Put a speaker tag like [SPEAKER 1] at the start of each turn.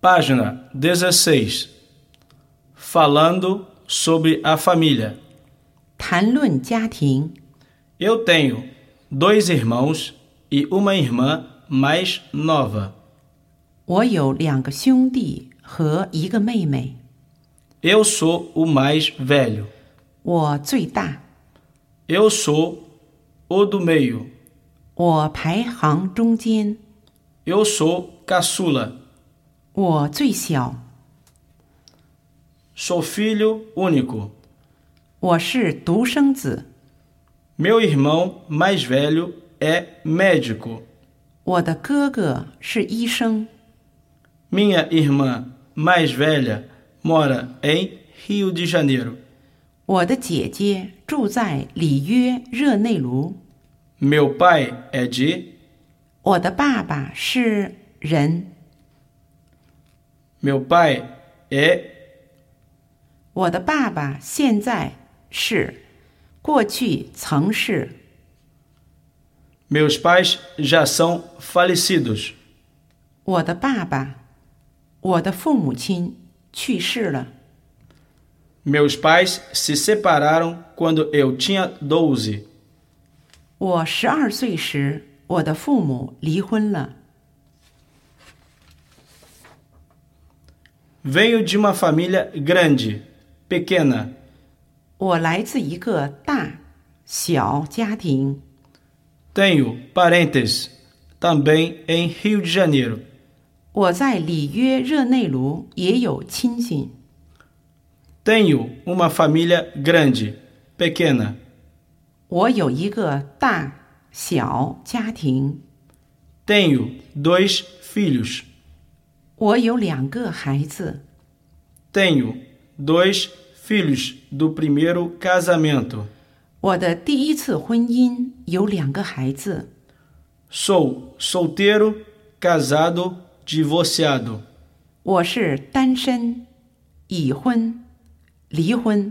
[SPEAKER 1] Página 16. Falando sobre a família.
[SPEAKER 2] 谈论家庭。
[SPEAKER 1] Eu tenho dois irmãos e uma irmã mais nova.
[SPEAKER 2] 我有两个兄弟和一个妹妹，
[SPEAKER 1] Eu sou o mais velho.
[SPEAKER 2] 我最大，
[SPEAKER 1] Eu sou o do meio.
[SPEAKER 2] 我排行中间，
[SPEAKER 1] Eu sou caçula.
[SPEAKER 2] 我最小，
[SPEAKER 1] Sou filho único.
[SPEAKER 2] 我是独生子，
[SPEAKER 1] Meu irmão mais velho é médico.
[SPEAKER 2] 我的哥哥是医生，
[SPEAKER 1] Minha irmã mais velha mora em Rio de Janeiro.
[SPEAKER 2] 我的姐姐住在里约热内卢，
[SPEAKER 1] Meu pai é de.
[SPEAKER 2] 我的爸爸是人，
[SPEAKER 1] Meu pai é.
[SPEAKER 2] 我的爸爸现在是，过去曾是，
[SPEAKER 1] Meus pais já são falecidos.
[SPEAKER 2] 我的爸爸，我的父母亲去世了。
[SPEAKER 1] Meus pais se separaram quando eu tinha 12.
[SPEAKER 2] 我十二岁时，我的父母离婚了。
[SPEAKER 1] Venho de uma família grande, pequena.
[SPEAKER 2] 我来自一个大小家庭，
[SPEAKER 1] Tenho parentes também em Rio de Janeiro.
[SPEAKER 2] 我在里约热内卢也有亲戚。
[SPEAKER 1] Tenho uma família grande, pequena.
[SPEAKER 2] 我有一个大小家庭，
[SPEAKER 1] Tenho dois filhos.
[SPEAKER 2] 我有两个孩子，
[SPEAKER 1] Tenho dois filhos do primeiro casamento.
[SPEAKER 2] 我的第一次婚姻有两个孩子，
[SPEAKER 1] Sou solteiro, casado, divorciado.
[SPEAKER 2] 我是单身、已婚、离婚。